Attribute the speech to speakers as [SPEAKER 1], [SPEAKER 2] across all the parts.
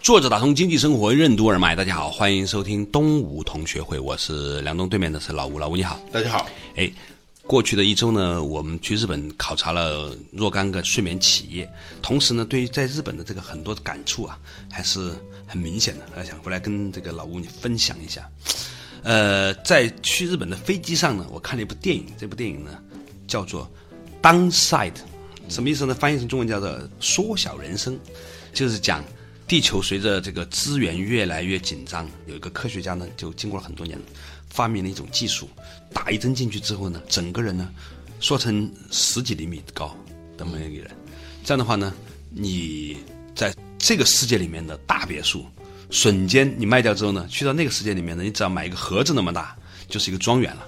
[SPEAKER 1] 作者打通经济生活任督二脉，大家好，欢迎收听东吴同学会，我是梁东，对面的是老吴，老吴你好。
[SPEAKER 2] 大家好，
[SPEAKER 1] 哎，过去的一周呢，我们去日本考察了若干个睡眠企业，同时呢，对于在日本的这个很多感触啊，还是很明显的，还想回来跟这个老吴你分享一下。呃，在去日本的飞机上呢，我看了一部电影，这部电影呢叫做《Downside》，什么意思呢？翻译成中文叫做“缩小人生”，就是讲地球随着这个资源越来越紧张，有一个科学家呢，就经过了很多年，发明了一种技术，打一针进去之后呢，整个人呢缩成十几厘米高的么一个人，这样的话呢，你在这个世界里面的大别墅。瞬间你卖掉之后呢，去到那个世界里面呢，你只要买一个盒子那么大，就是一个庄园了，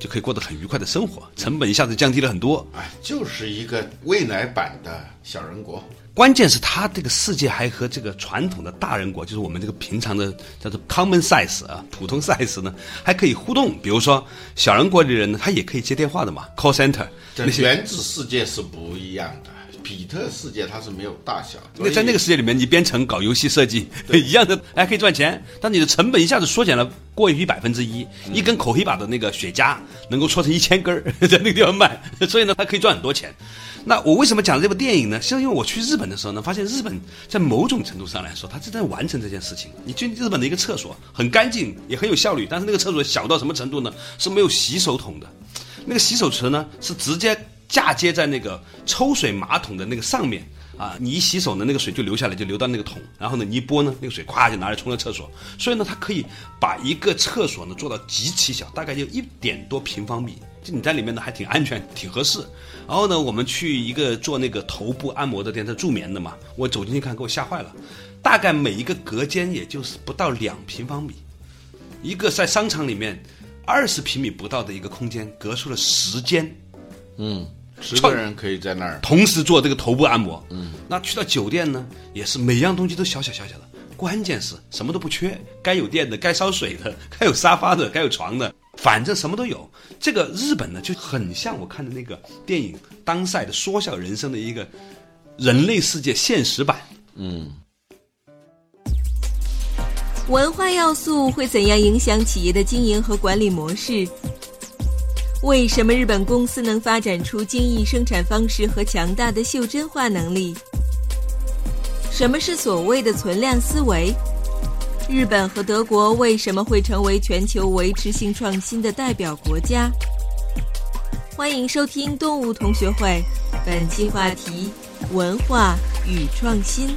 [SPEAKER 1] 就可以过得很愉快的生活，成本一下子降低了很多。
[SPEAKER 2] 哎，就是一个未来版的小人国。
[SPEAKER 1] 关键是它这个世界还和这个传统的大人国，就是我们这个平常的叫做 common size 啊，普通 size 呢，还可以互动。比如说小人国里的人呢，他也可以接电话的嘛，call center
[SPEAKER 2] 这
[SPEAKER 1] 那些。
[SPEAKER 2] 原子世界是不一样的，比特世界它是没有大小。
[SPEAKER 1] 那在那个世界里面，你编程搞游戏设计 一样的，还可以赚钱，但你的成本一下子缩减了过于百分之一。一根口黑把的那个雪茄能够搓成一千根儿， 在那个地方卖，所以呢，它可以赚很多钱。那我为什么讲这部电影呢？是因为我去日本的时候呢，发现日本在某种程度上来说，它正在完成这件事情。你去日本的一个厕所很干净，也很有效率，但是那个厕所小到什么程度呢？是没有洗手桶的。那个洗手池呢是直接嫁接在那个抽水马桶的那个上面啊，你一洗手呢，那个水就流下来，就流到那个桶，然后呢，你一拨呢，那个水咵就拿来冲了厕所，所以呢，它可以把一个厕所呢做到极其小，大概就一点多平方米。就你在里面呢，还挺安全，挺合适。然后呢，我们去一个做那个头部按摩的店，它助眠的嘛。我走进去看，给我吓坏了。大概每一个隔间也就是不到两平方米，一个在商场里面二十平米不到的一个空间，隔出了十间，
[SPEAKER 2] 十个人可以在那儿，
[SPEAKER 1] 同时做这个头部按摩。嗯，那去到酒店呢，也是每样东西都小小小小的，关键是什么都不缺，该有电的，该烧水的， 该有沙发的，该有床的，反正什么都有。这个日本呢，就很像我看的那个电影《当赛的缩小人生》的一个人类世界现实版。
[SPEAKER 3] 文化要素会怎样影响企业的经营和管理模式？为什么日本公司能发展出精益生产方式和强大的袖珍化能力？什么是所谓的存量思维？日本和德国为什么会成为全球维持性创新的代表国家？欢迎收听动物同学会，本期话题：文化与创新。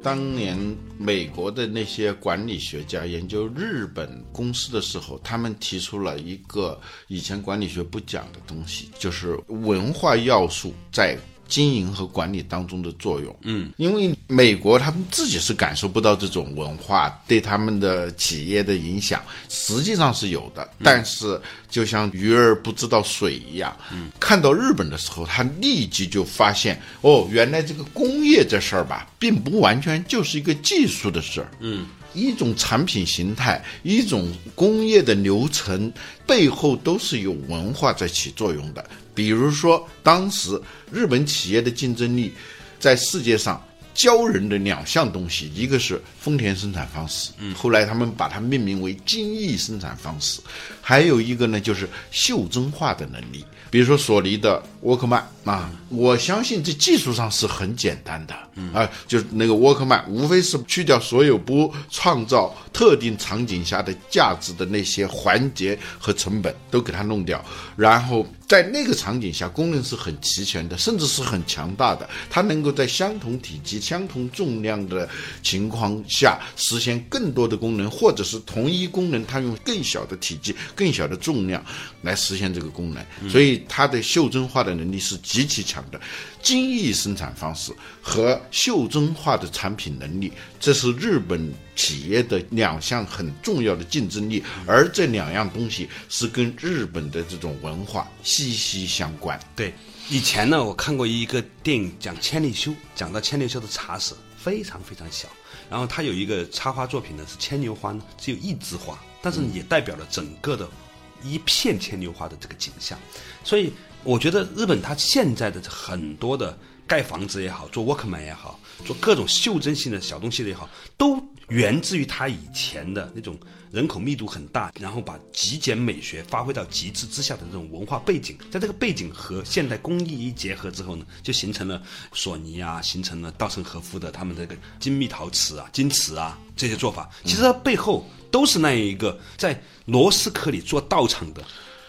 [SPEAKER 2] 当年美国的那些管理学家研究日本公司的时候，他们提出了一个以前管理学不讲的东西，就是文化要素在经营和管理当中的作用。嗯，因为美国他们自己是感受不到这种文化对他们的企业的影响，实际上是有的，但是就像鱼儿不知道水一样，嗯，看到日本的时候，他立即就发现，哦，原来这个工业这事儿吧，并不完全就是一个技术的事儿，嗯。一种产品形态，一种工业的流程背后都是有文化在起作用的。比如说，当时日本企业的竞争力在世界上教人的两项东西，一个是丰田生产方式，嗯，后来他们把它命名为精益生产方式，还有一个呢就是袖珍化的能力，比如说索尼的沃克曼啊，我相信这技术上是很简单的，嗯啊，就是那个沃克曼，无非是去掉所有不创造特定场景下的价值的那些环节和成本都给它弄掉，然后在那个场景下，功能是很齐全的，甚至是很强大的。它能够在相同体积、相同重量的情况下实现更多的功能，或者是同一功能，它用更小的体积、更小的重量来实现这个功能。所以它的袖珍化的能力是极其强的。精益生产方式和袖珍化的产品能力，这是日本企业的两项很重要的竞争力，而这两样东西是跟日本的这种文化息息相关。
[SPEAKER 1] 对，以前呢，我看过一个电影讲千利休，讲到千利休的茶室非常非常小，然后他有一个插花作品呢是牵牛花呢只有一枝花，但是呢也代表了整个的一片牵牛花的这个景象，所以我觉得日本它现在的很多的盖房子也好，做 workman 也好，做各种袖珍性的小东西的也好，都源自于它以前的那种人口密度很大，然后把极简美学发挥到极致之下的这种文化背景，在这个背景和现代工艺一结合之后呢，就形成了索尼啊，形成了稻盛和夫的他们这个精密陶瓷啊、金瓷啊这些做法，其实它背后都是那样一个在罗斯科里做道场的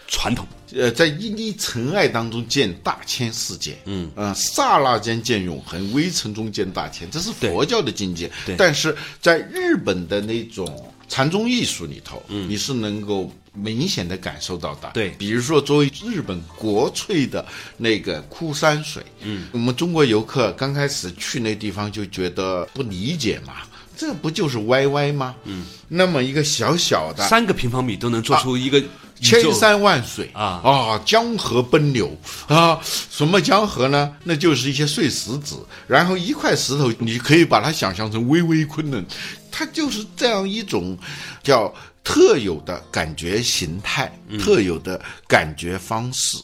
[SPEAKER 1] 传统。
[SPEAKER 2] 呃，在一粒尘埃当中见大千世界，嗯，呃，刹那间见永恒，微尘中见大千，这是佛教的境界。
[SPEAKER 1] 对
[SPEAKER 2] 但是在日本的那种禅宗艺术里头，嗯，你是能够明显的感受到的。
[SPEAKER 1] 对
[SPEAKER 2] 比如说作为日本国粹的那个枯山水，嗯，我们中国游客刚开始去那地方就觉得不理解嘛。这不就是 YY 吗？嗯，那么一个小小的
[SPEAKER 1] 三个平方米都能做出一个宇宙
[SPEAKER 2] 千山万水
[SPEAKER 1] 啊
[SPEAKER 2] 啊，江河奔流啊，什么江河呢？那就是一些碎石子，然后一块石头，你可以把它想象成巍巍昆仑，它就是这样一种叫特有的感觉形态，
[SPEAKER 1] 嗯
[SPEAKER 2] 特有的感觉方式。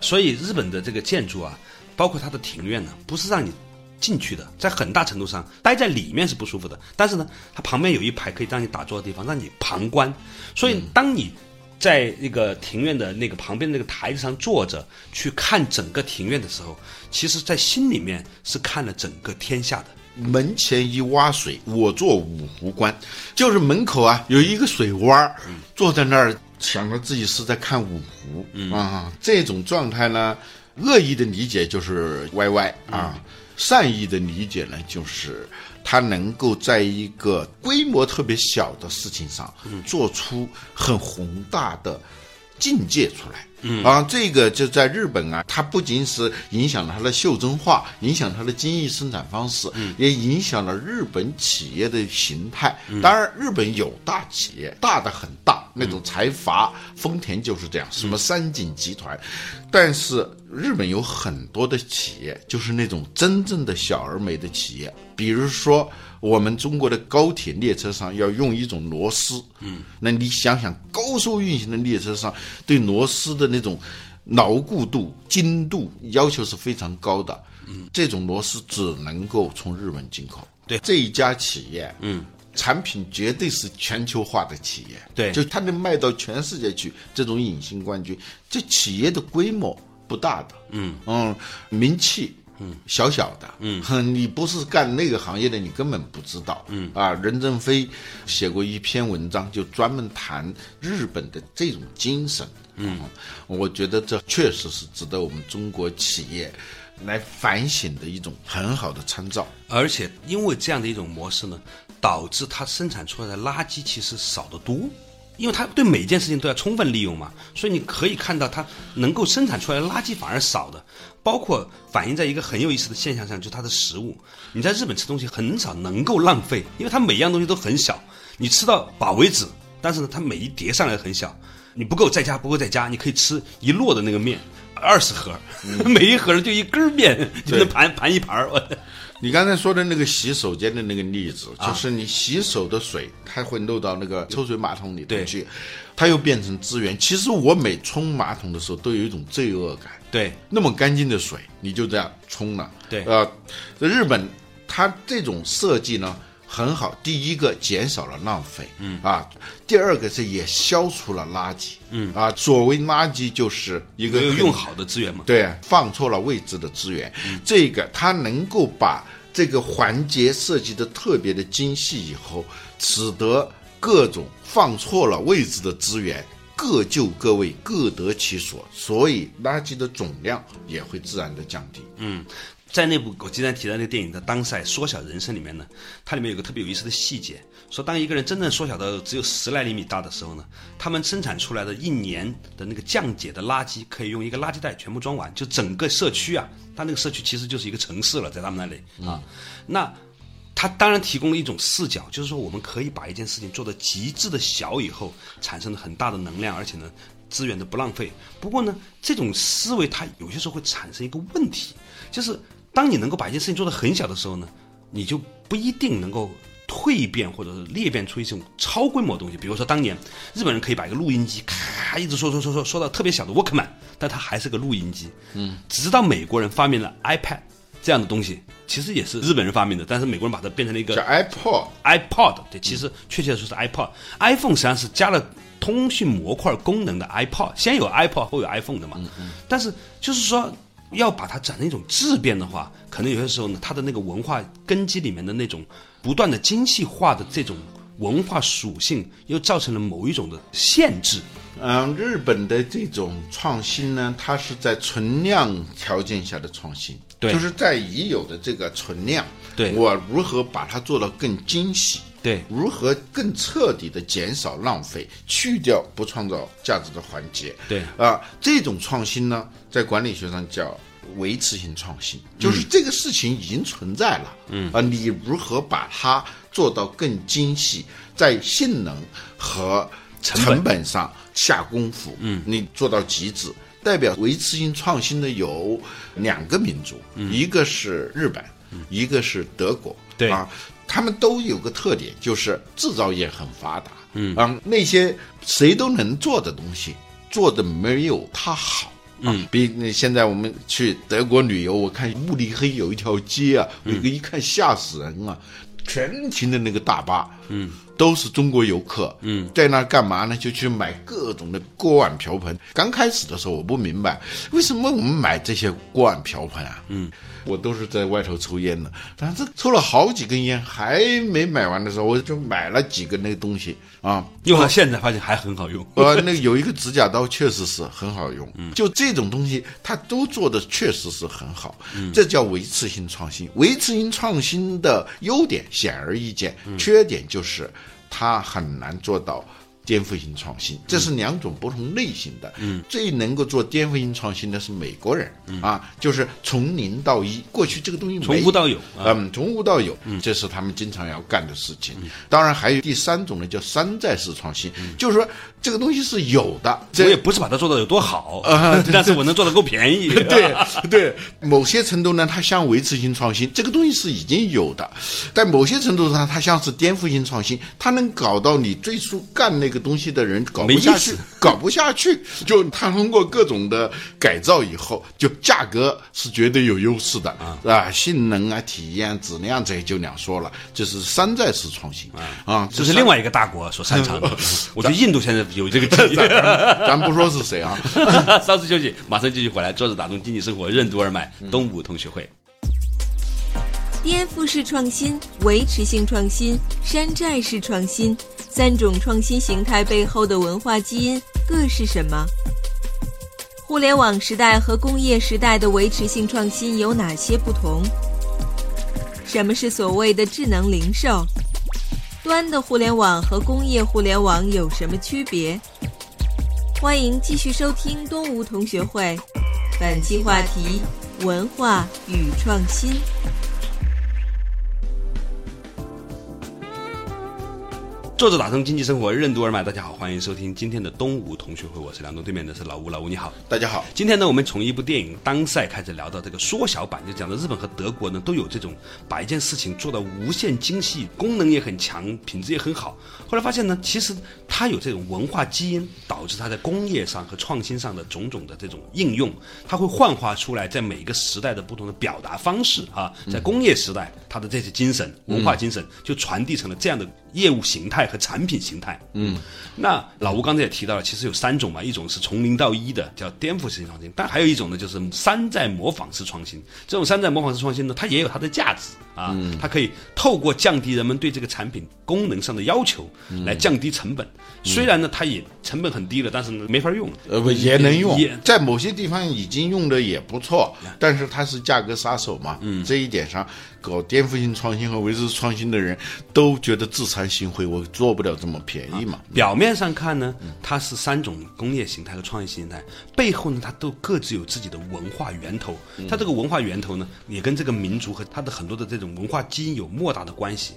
[SPEAKER 1] 所以日本的这个建筑啊，包括它的庭院呢，不是让你进去的，在很大程度上待在里面是不舒服的。但是呢，它旁边有一排可以让你打坐的地方，让你旁观。所以当你在那个庭院的那个旁边那个台子上坐着去看整个庭院的时候，其实在心里面是看了整个天下的。
[SPEAKER 2] 门前一洼水，我坐五湖观，就是门口啊有一个水洼儿，坐在那儿想着自己是在看五湖、啊，这种状态呢，恶意的理解就是歪歪啊，善意的理解呢就是他能够在一个规模特别小的事情上，做出很宏大的境界出来。嗯啊，这个就在日本啊，它不仅是影响了它的袖珍化，影响它的精益生产方式，也影响了日本企业的形态。当然，日本有大企业，大的很大，那种财阀，丰田就是这样，什么三井集团，但是日本有很多的企业，就是那种真正的小而美的企业，比如说我们中国的高铁列车上要用一种螺丝，嗯，那你想想高速运行的列车上对螺丝的那种牢固度、精度要求是非常高的，嗯，这种螺丝只能够从日本进口。
[SPEAKER 1] 对
[SPEAKER 2] 这一家企业，嗯。产品绝对是全球化的企业，
[SPEAKER 1] 对
[SPEAKER 2] 就它能卖到全世界去，这种隐形冠军，这企业的规模不大的，嗯嗯，名气。嗯，小小的，嗯，哼，你不是干那个行业的，你根本不知道，嗯啊，任正非写过一篇文章，就专门谈日本的这种精神，嗯，我觉得这确实是值得我们中国企业来反省的一种很好的参照。
[SPEAKER 1] 而且因为这样的一种模式呢，导致它生产出来的垃圾其实少得多，因为它对每件事情都要充分利用嘛，所以你可以看到它能够生产出来的垃圾反而少的，包括反映在一个很有意思的现象上，就是它的食物。你在日本吃东西很少能够浪费，因为它每样东西都很小，你吃到饱为止，但是呢，它每一碟上来很小，你不够再加，不够再加，你可以吃一摞的那个面。二十盒， 每一盒就一根儿面，就能盘盘一盘儿。我的
[SPEAKER 2] 你刚才说的那个洗手间的那个例子，
[SPEAKER 1] 啊
[SPEAKER 2] 就是你洗手的水，它会漏到那个抽水马桶里头
[SPEAKER 1] 对
[SPEAKER 2] 去，它又变成资源。其实我每冲马桶的时候都有一种罪恶感，
[SPEAKER 1] 对，
[SPEAKER 2] 那么干净的水你就这样冲了。
[SPEAKER 1] 对
[SPEAKER 2] 呃，在日本它这种设计呢很好，第一个减少了浪费，嗯啊，第二个是也消除了垃圾，嗯啊，所谓垃圾就是一个
[SPEAKER 1] 没有
[SPEAKER 2] 很
[SPEAKER 1] 用好的资源嘛。
[SPEAKER 2] 对，放错了位置的资源，这个它能够把这个环节设计的特别的精细以后，使得各种放错了位置的资源各就各位，各得其所，所以垃圾的总量也会自然的降低。
[SPEAKER 1] 在那部我今天提到那个电影的《当赛缩小人生》里面呢，它里面有个特别有意思的细节，说当一个人真正缩小到只有十来厘米大的时候呢，他们生产出来的一年的那个降解的垃圾可以用一个垃圾袋全部装完，就整个社区啊，它那个社区其实就是一个城市了，在他们那里啊，那。它当然提供了一种视角，就是说我们可以把一件事情做到极致的小以后，产生了很大的能量，而且呢，资源的不浪费。不过呢，这种思维它有些时候会产生一个问题，就是当你能够把一件事情做得很小的时候呢，你就不一定能够蜕变或者是裂变出一种超规模的东西。比如说，当年日本人可以把一个录音机咔一直说说说说说到特别小的 Walkman，但它还是个录音机。嗯，直到美国人发明了 iPad 这样的东西，其实也是日本人发明的，但是美国人把它变成了一个
[SPEAKER 2] 叫 iPod，
[SPEAKER 1] iPod，对，其实确切的说是 iPod。iPhone 实际上是加了通讯模块功能的 iPod，先有 iPod 后有 iPhone 的嘛。但是就是说，要把它展成一种质变的话，可能有些时候呢，它的那个文化根基里面的那种不断的精细化的这种文化属性，又造成了某一种的限制。
[SPEAKER 2] 嗯，日本的这种创新呢，它是在存量条件下的创新，
[SPEAKER 1] 对
[SPEAKER 2] 就是在已有的这个存量，
[SPEAKER 1] 对
[SPEAKER 2] 我如何把它做到更精细，
[SPEAKER 1] 对
[SPEAKER 2] 如何更彻底的减少浪费，去掉不创造价值的环节，
[SPEAKER 1] 对
[SPEAKER 2] 啊，这种创新呢，在管理学上叫维持性创新，
[SPEAKER 1] 嗯
[SPEAKER 2] 就是这个事情已经存在了，嗯啊，你如何把它做到更精细，在性能和
[SPEAKER 1] 成本
[SPEAKER 2] 成本上下功夫，嗯，你做到极致。代表维持性创新的有两个民族，一个是日本，一个是德国，
[SPEAKER 1] 嗯对
[SPEAKER 2] 啊，他们都有个特点，就是制造业很发达，嗯，啊，那些谁都能做的东西，做的没有它好。嗯，比那现在我们去德国旅游，我看慕尼黑有一条街啊，我一看吓死人啊，全停的那个大巴，嗯，都是中国游客，嗯，在那儿干嘛呢？就去买各种的锅碗瓢盆。刚开始的时候我不明白，为什么我们买这些锅碗瓢盆啊？嗯，我都是在外头抽烟的，但是抽了好几根烟还没买完的时候，我就买了几个那个东西啊，
[SPEAKER 1] 用到现在发现还很好用。
[SPEAKER 2] 呃，那个有一个指甲刀确实是很好用，
[SPEAKER 1] 嗯
[SPEAKER 2] 就这种东西，它都做的确实是很好，
[SPEAKER 1] 嗯
[SPEAKER 2] 这叫维持性创新。维持性创新的优点显而易见，
[SPEAKER 1] 嗯
[SPEAKER 2] 缺点就是它很难做到。颠覆性创新，这
[SPEAKER 1] 嗯
[SPEAKER 2] 是两种不同类型的。嗯，最能够做颠覆性创新的是美国人、啊，就是从零到一。过去这个东西
[SPEAKER 1] 嗯从
[SPEAKER 2] 没
[SPEAKER 1] 无到有啊
[SPEAKER 2] 嗯，从无到有，这是他们经常要干的事情。当然，还有第三种呢，叫山寨式创新，就是说这个东西是有的，
[SPEAKER 1] 嗯我也
[SPEAKER 2] 这。
[SPEAKER 1] 不是把它做到有多好， 但是我能做得够便 宜。
[SPEAKER 2] 对 对，某些程度呢，它像维持性创新，这个东西是已经有的；在某些程度上，它像是颠覆性创新，它能搞到你最初干那个东西的人搞
[SPEAKER 1] 没
[SPEAKER 2] 不
[SPEAKER 1] 意
[SPEAKER 2] 下
[SPEAKER 1] 思
[SPEAKER 2] 去， 搞不下去。就它通过各种的改造以后，就价格是绝对有优势的啊性能啊、体验、质量这就两说了，这是山寨式创新啊，
[SPEAKER 1] 这是
[SPEAKER 2] 山
[SPEAKER 1] 另外一个大国所擅长的， 我觉得印度现在有这个 技能。
[SPEAKER 2] 咱不说是谁啊，
[SPEAKER 1] 稍事休息，马上继续回来。坐着打通经济生活，任督二脉，东吴同学会。
[SPEAKER 3] 颠覆式创新、维持性创新、山寨式创新三种创新形态背后的文化基因各是什么？互联网时代和工业时代的维持性创新有哪些不同？什么是所谓的智能零售？端的互联网和工业互联网有什么区别？欢迎继续收听东吴同学会，本期话题：文化与创新。
[SPEAKER 1] 作者打通经济生活，任督二脉。大家好，欢迎收听今天的东吴同学会，我是梁东，对面的是老吴，老吴你好。
[SPEAKER 2] 大家好。
[SPEAKER 1] 今天呢，我们从一部电影《当赛》开始聊到这个缩小版，就讲到日本和德国呢都有这种把一件事情做到无限精细，功能也很强，品质也很好。后来发现呢，其实它有这种文化基因，导致它在工业上和创新上的种种的这种应用，它会幻化出来在每个时代的不同的表达方式啊。在工业时代，它的这些精神、文化精神就传递成了这样的业务形态和产品形态。嗯，那老吴刚才也提到了，其实有三种嘛，一种是从零到一的叫颠覆式创新，但还有一种呢就是山寨模仿式创新。这种山寨模仿式创新呢，它也有它的价值啊，它可以透过降低人们对这个产品功能上的要求来降低成本。虽然呢它也成本很低了，但是呢没法用。
[SPEAKER 2] 呃，不也能用
[SPEAKER 1] 也，嗯
[SPEAKER 2] 在某些地方已经用的也不错，但是它是价格杀手嘛。嗯，这一点上，搞颠覆性创新和维持创新的人都觉得自惭形秽，我做不了这么便宜嘛。
[SPEAKER 1] 表面上看呢，它是三种工业形态和创业形态，背后呢，它都各自有自己的文化源头。它这个文化源头呢，也跟这个民族和它的很多的这种文化基因有莫大的关系。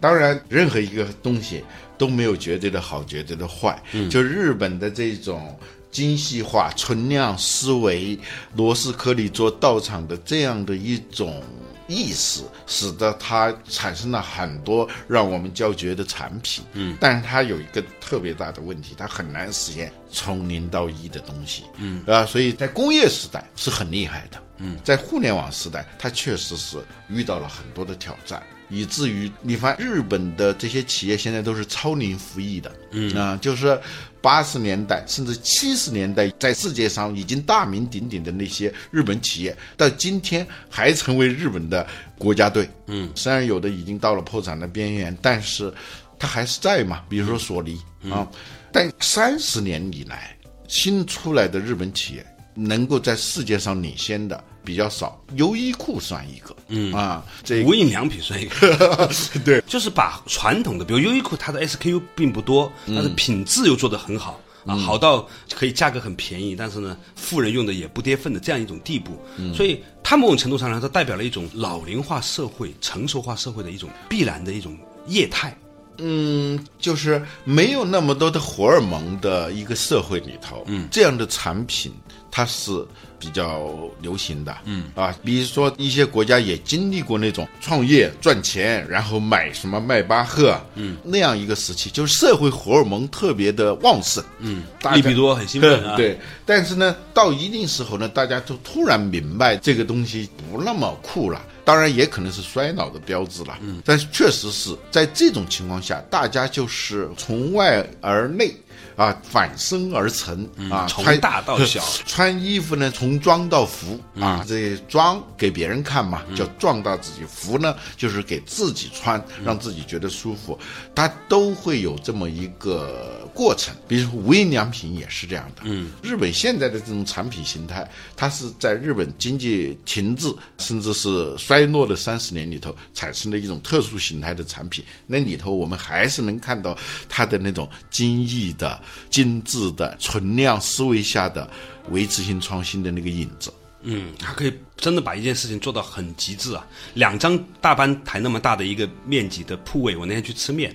[SPEAKER 2] 当然，任何一个东西都没有绝对的好，绝对的坏。就日本的这种精细化、存量思维、罗斯科里做道场的这样的一种意识，使得它产生了很多让我们叫绝的产品。嗯，但是它有一个特别大的问题，它很难实现从零到一的东西。嗯，啊，所以在工业时代是很厉害的。嗯，在互联网时代，它确实是遇到了很多的挑战。以至于你发现日本的这些企业现在都是超龄服役的，嗯啊、就是八十年代甚至七十年代在世界上已经大名鼎鼎的那些日本企业，到今天还成为日本的国家队，嗯，虽然有的已经到了破产的边缘，但是它还是在嘛，比如说索尼啊，但三十年以来新出来的日本企业能够在世界上领先的比较少，优衣库算一个，嗯啊，这
[SPEAKER 1] 无印良品算一个，对，就是把传统的，比如优衣库，它的 SKU 并不多，但是品质又做得很好。啊，好到可以价格很便宜，但是呢，富人用的也不跌份的这样一种地步，所以它某种程度上来说，代表了一种老龄化社会、成熟化社会的一种必然的一种业态。
[SPEAKER 2] 嗯就是没有那么多的荷尔蒙的一个社会里头，嗯，这样的产品它是比较流行的，嗯啊，比如说一些国家也经历过那种创业赚钱，然后买什么迈巴赫，嗯，那样一个时期，就是社会荷尔蒙特别的旺盛，嗯，
[SPEAKER 1] 利比多很兴奋啊，
[SPEAKER 2] 对，但是呢，到一定时候呢，大家就突然明白这个东西不那么酷了。当然，也可能是衰老的标志了。嗯，但是确实是在这种情况下，大家就是从外而内啊，反身而成、啊，
[SPEAKER 1] 从
[SPEAKER 2] 穿
[SPEAKER 1] 大到小
[SPEAKER 2] 穿衣服呢，从装到服啊，这装给别人看嘛，叫壮大自己；服呢，就是给自己穿，
[SPEAKER 1] 嗯
[SPEAKER 2] 让自己觉得舒服。它都会有这么一个过程。比如说无印良品也是这样的。嗯，日本现在的这种产品形态，它是在日本经济停滞甚至是衰落的三十年里头产生的一种特殊形态的产品。那里头我们还是能看到它的那种精益的、精致的、存量思维下的维持性创新的那个影子。
[SPEAKER 1] 嗯，它可以真的把一件事情做到很极致啊！两张大班台那么大的一个面积的铺位，我那天去吃面，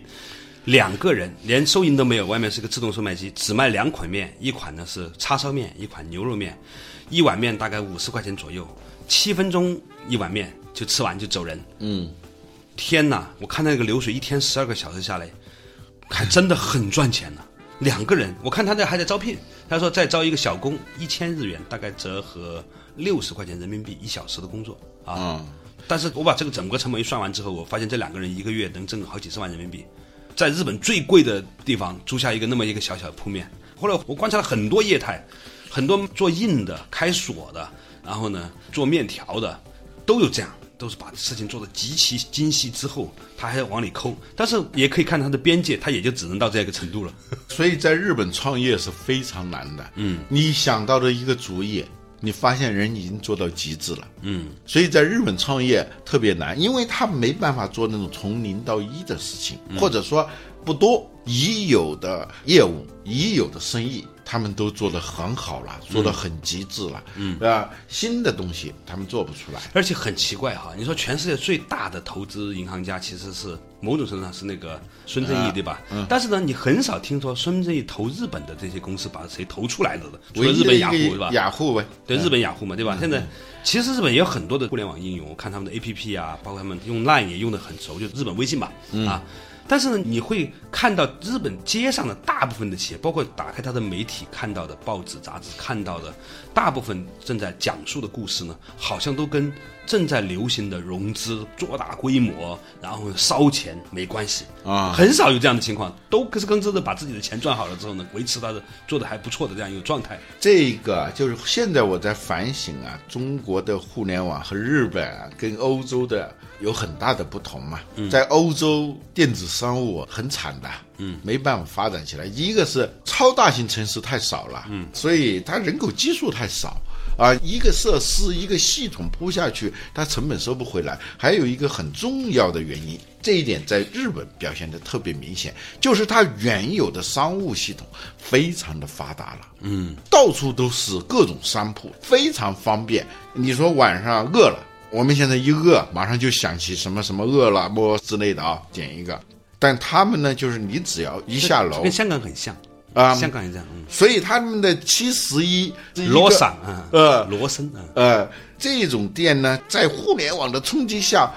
[SPEAKER 1] 两个人连收银都没有，外面是个自动售卖机，只卖两款面，一款呢是叉烧面，一款牛肉面，一碗面大概五十块钱左右，七分钟一碗面就吃完就走人。嗯，天哪！我看那个流水一天十二个小时下来，还真的很赚钱呢、两个人，我看他那还在招聘，他说再招一个小工，一千日元，大概折合六十块钱人民币一小时的工作啊。
[SPEAKER 2] 嗯
[SPEAKER 1] 但是我把这个整个成本一算完之后，我发现这两个人一个月能挣好几十万人民币，在日本最贵的地方租下一个那么一个小小的铺面。后来我观察了很多业态，很多做印的、开锁的，然后呢做面条的，都有这样，都是把事情做得极其精细之后，他还要往里抠。但是也可以看它的边界，它也就只能到这个程度了。
[SPEAKER 2] 所以在日本创业是非常难的。嗯，你想到的一个主意，你发现人已经做到极致了。嗯，所以在日本创业特别难，因为他没办法做那种从零到一的事情，
[SPEAKER 1] 嗯
[SPEAKER 2] 或者说不多已有的业务、已有的生意。他们都做得很好了，
[SPEAKER 1] 嗯
[SPEAKER 2] 做得很极致了，嗯，啊，新的东西他们做不出来，
[SPEAKER 1] 而且很奇怪哈，你说全世界最大的投资银行家其实是某种程度上是那个孙正义，
[SPEAKER 2] 啊
[SPEAKER 1] 对吧？
[SPEAKER 2] 嗯
[SPEAKER 1] 但是呢，你很少听说孙正义投日本的这些公司把谁投出来了的，除了
[SPEAKER 2] 唯一
[SPEAKER 1] 日
[SPEAKER 2] 的
[SPEAKER 1] 本
[SPEAKER 2] 一
[SPEAKER 1] 雅虎，
[SPEAKER 2] 个
[SPEAKER 1] 对吧？
[SPEAKER 2] 雅虎呗，
[SPEAKER 1] 对日本雅虎嘛，对吧？现在其实日本也有很多的互联网应用，我看他们的 APP 啊，包括他们用 Line 也用的很熟，就日本微信吧，啊。但是呢，你会看到日本街上的大部分的企业，包括打开它的媒体看到的报纸、杂志看到的，大部分正在讲述的故事呢，好像都跟正在流行的融资、做大规模，然后烧钱没关系
[SPEAKER 2] 啊
[SPEAKER 1] 很少有这样的情况，都咯吱咯吱的把自己的钱赚好了之后呢，维持他的做的还不错的这样一个状态。
[SPEAKER 2] 这个就是现在我在反省啊，中国的互联网和日本啊，跟欧洲的有很大的不同嘛。在欧洲，电子商务啊很惨的，嗯，没办法发展起来。一个是超大型城市太少了，嗯，所以它人口基数太少。啊，一个设施一个系统铺下去，它成本收不回来。还有一个很重要的原因，这一点在日本表现得特别明显，就是它原有的商务系统非常的发达了，嗯，到处都是各种商铺，非常方便。你说晚上饿了，我们现在一饿，马上就想起什么什么饿了么之类的啊，点一个。但他们呢，就是你只要一下
[SPEAKER 1] 这
[SPEAKER 2] 楼
[SPEAKER 1] 跟香港很像
[SPEAKER 2] 啊，
[SPEAKER 1] 香港也这样，嗯，
[SPEAKER 2] 所以他们的七十一
[SPEAKER 1] 罗散啊，
[SPEAKER 2] 呃
[SPEAKER 1] 罗森啊，
[SPEAKER 2] 呃，这种店呢，在互联网的冲击下，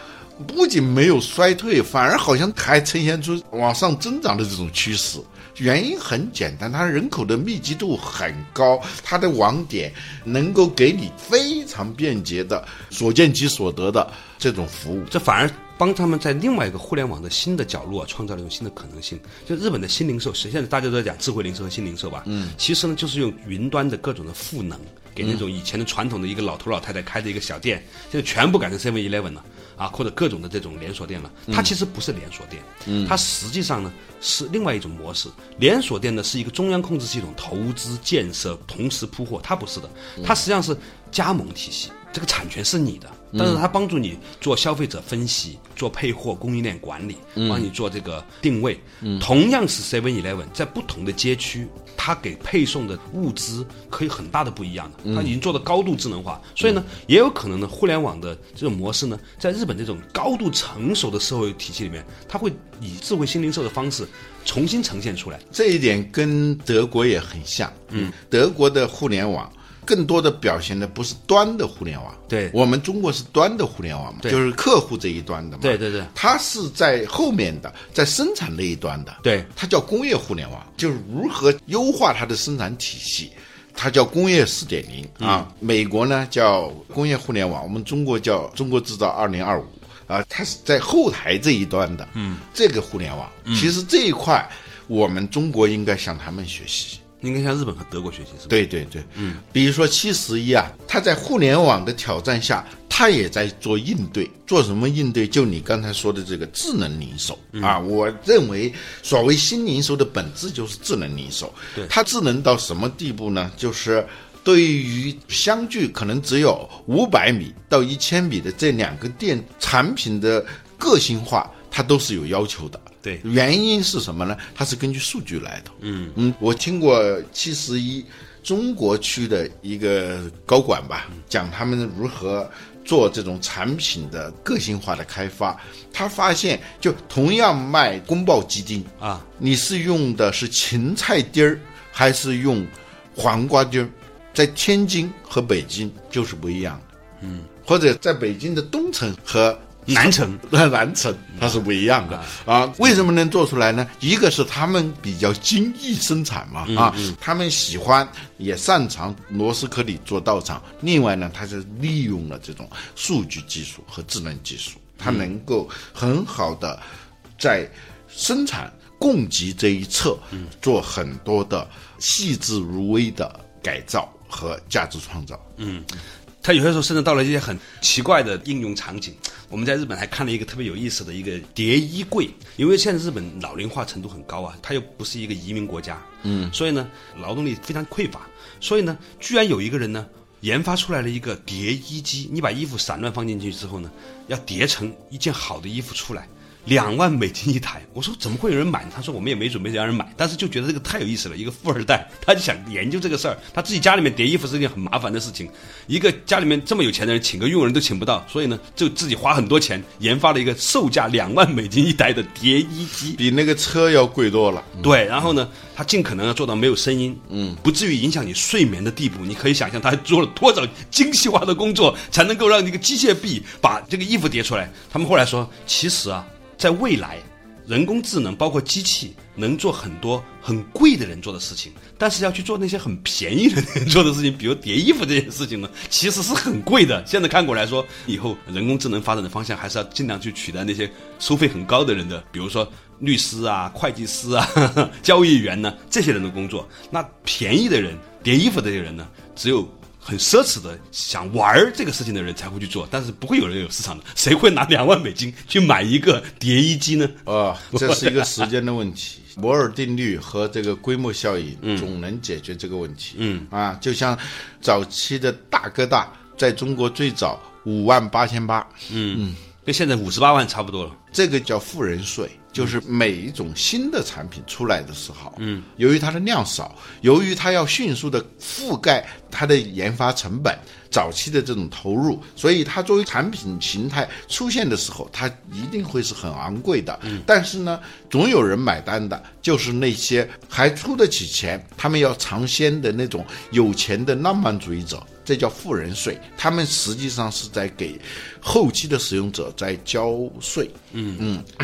[SPEAKER 2] 不仅没有衰退，反而好像还呈现出往上增长的这种趋势。原因很简单，它人口的密集度很高，它的网点能够给你非常便捷的、所见即所得的这种服务。
[SPEAKER 1] 这反而帮他们在另外一个互联网的新的角落、啊、创造了一种新的可能性。就日本的新零售，实际上大家都在讲智慧零售和新零售吧，嗯，其实呢就是用云端的各种的赋能，给那种以前的传统的一个老头老太太开的一个小店，现在全部改成 Seven Eleven 了。啊，或者各种的这种连锁店了，它其实不是连锁店，它实际上呢是另外一种模式。连锁店呢是一个中央控制系统投资建设，同时铺货，它不是的，它实际上是加盟体系，这个产权是你的，但是它帮助你做消费者分析，做配货供应链管理，帮你做这个定位。同样是 Seven Eleven，在不同的街区，它给配送的物资可以很大的不一样的，它已经做到高度智能化，所以呢，也有可能呢，互联网的这种模式呢，在日本这种高度成熟的社会体系里面，它会以智慧新零售的方式重新呈现出来。
[SPEAKER 2] 这一点跟德国也很像。嗯，德国的互联网更多的表现的不是端的互联网，
[SPEAKER 1] 对
[SPEAKER 2] 我们中国是端的互联网嘛，
[SPEAKER 1] 对
[SPEAKER 2] 就是客户这一端的嘛，
[SPEAKER 1] 对对对
[SPEAKER 2] 它是在后面的，在生产那一端的，
[SPEAKER 1] 对
[SPEAKER 2] 它叫工业互联网，就是如何优化它的生产体系。它叫工业四点零啊，美国呢叫工业互联网，我们中国叫中国制造二零二五啊，它是在后台这一端的，嗯，这个互联网，其实这一块我们中国应该向他们学习。
[SPEAKER 1] 应该向日本和德国学习，是吧？
[SPEAKER 2] 对对对，嗯，比如说七十一啊，它在互联网的挑战下，它也在做应对。做什么应对？就你刚才说的这个智能零售、
[SPEAKER 1] 嗯
[SPEAKER 2] 啊，我认为所谓新零售的本质就是智能零售。对，它智能到什么地步呢？就是。对于相距可能只有五百米到一千米的这两个店产品的个性化，它都是有要求的。
[SPEAKER 1] 对
[SPEAKER 2] 原因是什么呢？它是根据数据来的。嗯嗯，我听过七十一中国区的一个高管吧，讲他们如何做这种产品的个性化的开发。他发现，就同样卖宫保鸡丁
[SPEAKER 1] 啊，
[SPEAKER 2] 你是用的是芹菜丁儿还是用黄瓜丁儿，在天津和北京就是不一样的。嗯，或者在北京的东城和
[SPEAKER 1] 南城
[SPEAKER 2] 南城它是不一样的啊。为什么能做出来呢？一个是他们比较精益生产嘛啊，他们喜欢也擅长螺丝颗粒做道场。另外呢，它是利用了这种数据技术和智能技术，它能够很好的在生产供给这一侧做很多的细致入微的改造和价值创造。
[SPEAKER 1] 它有些时候甚至到了一些很奇怪的应用场景。我们在日本还看了一个特别有意思的一个叠衣柜，因为现在日本老龄化程度很高啊，它又不是一个移民国家，嗯，所以呢，劳动力非常匮乏，所以呢，居然有一个人呢。研发出来了一个叠衣机，你把衣服散乱放进去之后呢，要叠成一件好的衣服出来，两万美金一台。我说怎么会有人买？他说我们也没准备让人买，但是就觉得这个太有意思了。一个富二代，他就想研究这个事儿。他自己家里面叠衣服是一件很麻烦的事情，一个家里面这么有钱的人，请个佣人都请不到，所以呢，就自己花很多钱研发了一个售价两万美金一台的叠衣机。
[SPEAKER 2] 比那个车要贵多了，
[SPEAKER 1] 对，然后呢，他尽可能要做到没有声音，嗯，不至于影响你睡眠的地步。你可以想象他做了多少精细化的工作，才能够让这个机械臂把这个衣服叠出来。他们后来说，其实啊，在未来，人工智能包括机器能做很多很贵的人做的事情，但是要去做那些很便宜的人做的事情，比如叠衣服这件事情呢，其实是很贵的。现在看过来说，以后人工智能发展的方向还是要尽量去取代那些收费很高的人的，比如说律师啊、会计师啊、 交易员呢、这些人的工作。那便宜的人叠衣服的这些人呢，只有很奢侈的想玩儿这个事情的人才会去做，但是不会有人有市场的。谁会拿两万美金去买一个叠衣机呢？
[SPEAKER 2] 啊， 这是一个时间的问题。摩尔定律和这个规模效应总能解决这个问题。嗯啊，就像早期的大哥大在中国最早五万八千八，
[SPEAKER 1] 跟现在五十八万差不多了。
[SPEAKER 2] 这个叫富人税，就是每一种新的产品出来的时候，嗯，由于它的量少，由于它要迅速的覆盖它的研发成本、早期的这种投入，所以它作为产品形态出现的时候，它一定会是很昂贵的。但是呢，总有人买单的，就是那些还出得起钱，他们要尝鲜的那种有钱的浪漫主义者。这叫富人税，他们实际上是在给后期的使用者在交税。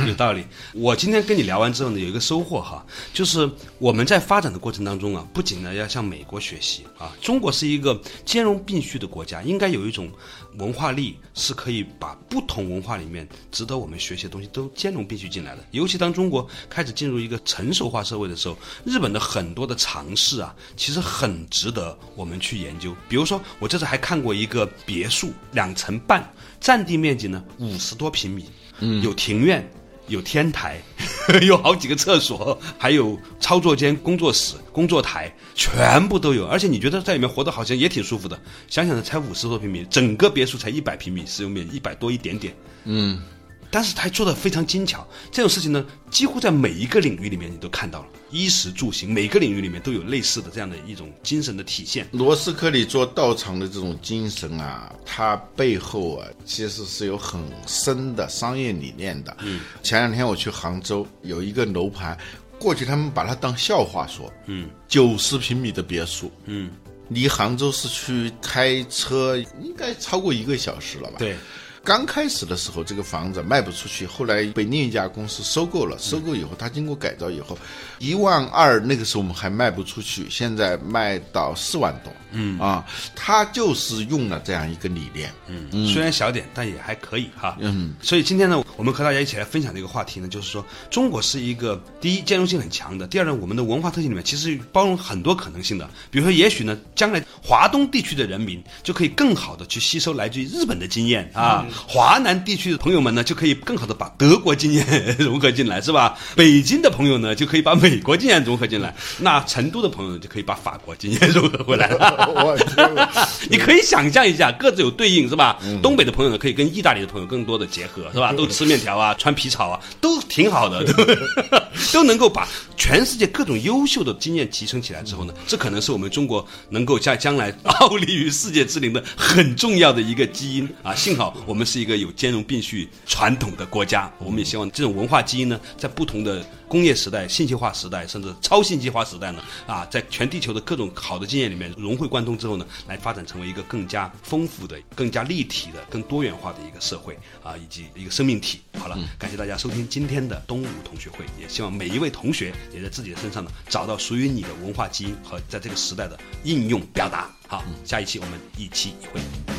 [SPEAKER 1] 有道理。我今天跟你聊完之后呢，有一个收获哈，就是我们在发展的过程当中啊，不仅呢要向美国学习啊，中国是一个兼容并蓄的国家，应该有一种文化力是可以把不同文化里面值得我们学习的东西都兼容并蓄进来的。尤其当中国开始进入一个成熟化社会的时候，日本的很多的尝试啊，其实很值得我们去研究。比如说，我这次还看过一个别墅，两层半，占地面积呢五十多平米。有庭院，有天台， 有好几个厕所，还有操作间、工作室、工作台，全部都有。而且你觉得在里面活得好像也挺舒服的。想想才五十多平米，整个别墅才一百平米，使用面积一百多一点点。但是它做的非常精巧。这种事情呢，几乎在每一个领域里面你都看到了，衣食住行每个领域里面都有类似的这样的一种精神的体现。
[SPEAKER 2] 罗斯科里做道场的这种精神啊，它背后啊其实是有很深的商业理念的。嗯，前两天我去杭州，有一个楼盘，过去他们把它当笑话说。嗯，九十平米的别墅。嗯，离杭州市区开车应该超过一个小时了吧？。
[SPEAKER 1] 对，
[SPEAKER 2] 刚开始的时候，这个房子卖不出去，后来被另一家公司收购了。收购以后，它经过改造以后，一万二那个时候我们还卖不出去，现在卖到四万多。嗯啊，它就是用了这样一个理念。嗯，
[SPEAKER 1] 虽然小点，但也还可以哈。嗯，所以今天呢，我们和大家一起来分享这个话题呢，就是说中国是一个第一兼容性很强的，第二呢，我们的文化特性里面其实包容很多可能性的。比如说，也许呢，将来华东地区的人民就可以更好的去吸收来自于日本的经验啊，华南地区的朋友们呢，就可以更好的把德国经验融合进来，是吧？北京的朋友呢，就可以把美国经验融合进来，那成都的朋友呢就可以把法国经验融合回来了。
[SPEAKER 2] 我
[SPEAKER 1] 你可以想象一下，各自有对应是吧？东北的朋友呢，可以跟意大利的朋友更多的结合是吧？都吃面条啊，穿皮草啊，都挺好的， 都都能够把全世界各种优秀的经验提升起来之后呢，这可能是我们中国能够在将来傲立于世界之林的很重要的一个基因啊！幸好我们是一个有兼容并蓄传统的国家，我们也希望这种文化基因呢，在不同的工业时代、信息化时代，甚至超信息化时代呢，啊，在全地球的各种好的经验里面融会贯通之后呢，来发展成为一个更加丰富的、更加立体的、更多元化的一个社会啊，以及一个生命体。好了，感谢大家收听今天的东吴同学会，也希望每一位同学也在自己的身上呢找到属于你的文化基因和在这个时代的应用表达。好，下一期我们一期一会。